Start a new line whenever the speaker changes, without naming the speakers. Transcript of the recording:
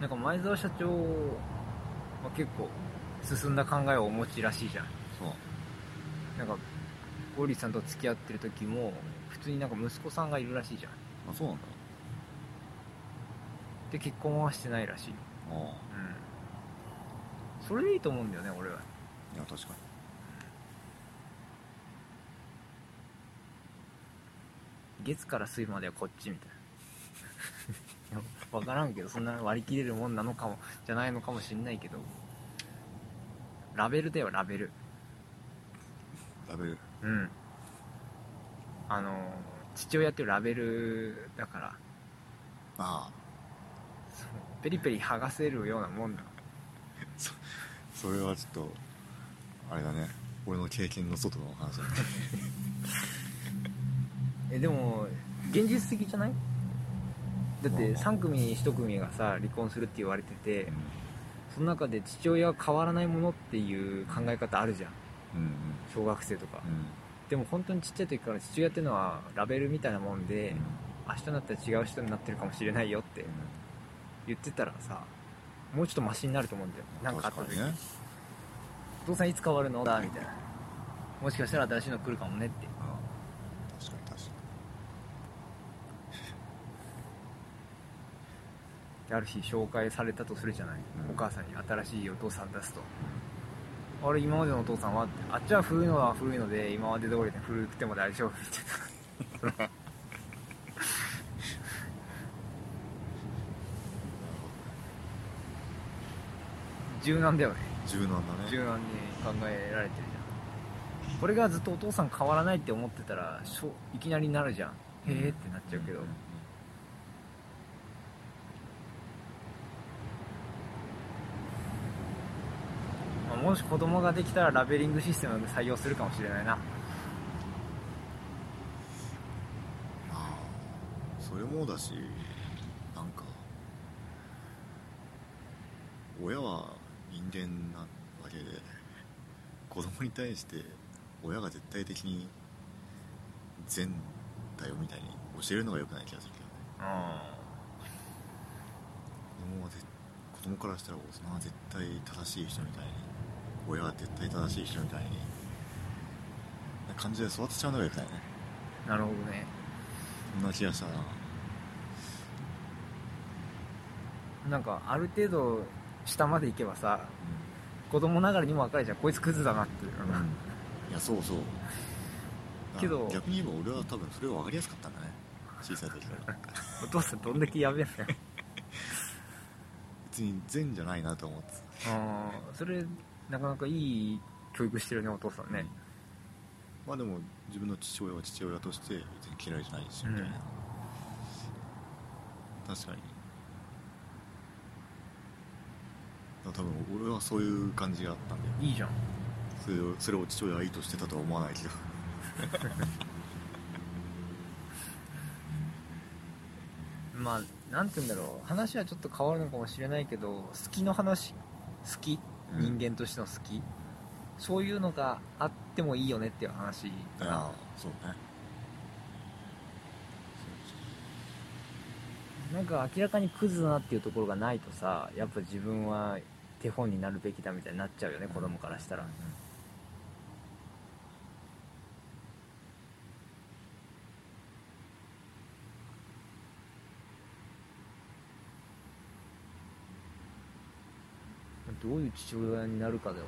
なんか前澤社長は結構進んだ考えをお持ちらしいじゃん
そう
なんかゴリさんと付き合ってる時も普通になんか息子さんがいるらしいじゃん
あそうなんだ
で結婚はしてないらしいよ
ああ
うんそれでいいと思うんだよね俺はい
や確かに
月から水まではこっちみたいないや分からんけどそんな割り切れるもんなのかもじゃないのかもしんないけどラベルだよラベル
ラベル
うんあの父親っていうラベルだから
ああ
そのペリペリ剥がせるようなもんだ
それはちょっとあれだね俺の経験の外の話だね
えでも現実的じゃないだって3組に1組がさ離婚するって言われててその中で父親は変わらないものっていう考え方あるじゃん
うんうん
小学生とか
うん
でも本当にちっちゃい時から父親ってのはラベルみたいなもんで
う
明
ん
日になったら違う人になってるかもしれないよって言ってたらさもうちょっとマシになると思うんだよなんかあった
確か
時
にね
お父さんいつ変わるのだみたいなもしかしたら新しいの来るかもねって
うん確かに確か
である日紹介されたとするじゃない、
う
お
ん
母さんに新しいお父さん出すと、あれ今までのお父さんはってあっちは古いのは古いので今まで通りで古くても大丈夫みたいな 柔軟だよね
に柔軟だね
柔軟に考えられてるじゃんこれがずっとお父さん変わらないって思ってたらしょいきなりなるじゃんへえってなっちゃうけど、
んん
まあもし子供ができたらラベリングシステムで採用するかもしれないな
まあそれもだしなんか親は人間なわけで子供に対して親が絶対的に善だよみたいに教えるのが良くない気がするけどね
う
子供はぜ子供からしたら大人は絶対正しい人みたいに親は絶対正しい人みたいにな感じで育てちゃうのが良くないね
んなるほどね
そんな気がしたな
なんかある程度下まで行けばさ子供ながらにも分かるじゃんこいつクズだなっていう、
いやそうそう
けど
あ逆に言えば俺は多分それが分かりやすかったんだね小さい時から
お父さんどんだけやべえんだよ
別に善じゃないなと思って
うんそれなかなかいい教育してるねお父さん
た
ね、
まあでも自分の父親は父親として別に嫌いじゃないしみたいな、確かにだから多分俺はそういう感じがあったんだよ
いいじゃん
それをそれを父親はいいとしてたとは思わないけど
まあなんて言うんだろう話はちょっと変わるのかもしれないけど好きの話好き
うん
人間としての好き、そういうのがあってもいいよねっていう話かな
ああそうね
なんか明らかにクズだなっていうところがないとさやっぱ自分は手本になるべきだみたいになっちゃうよね子供からしたらどういう父親になるかだよ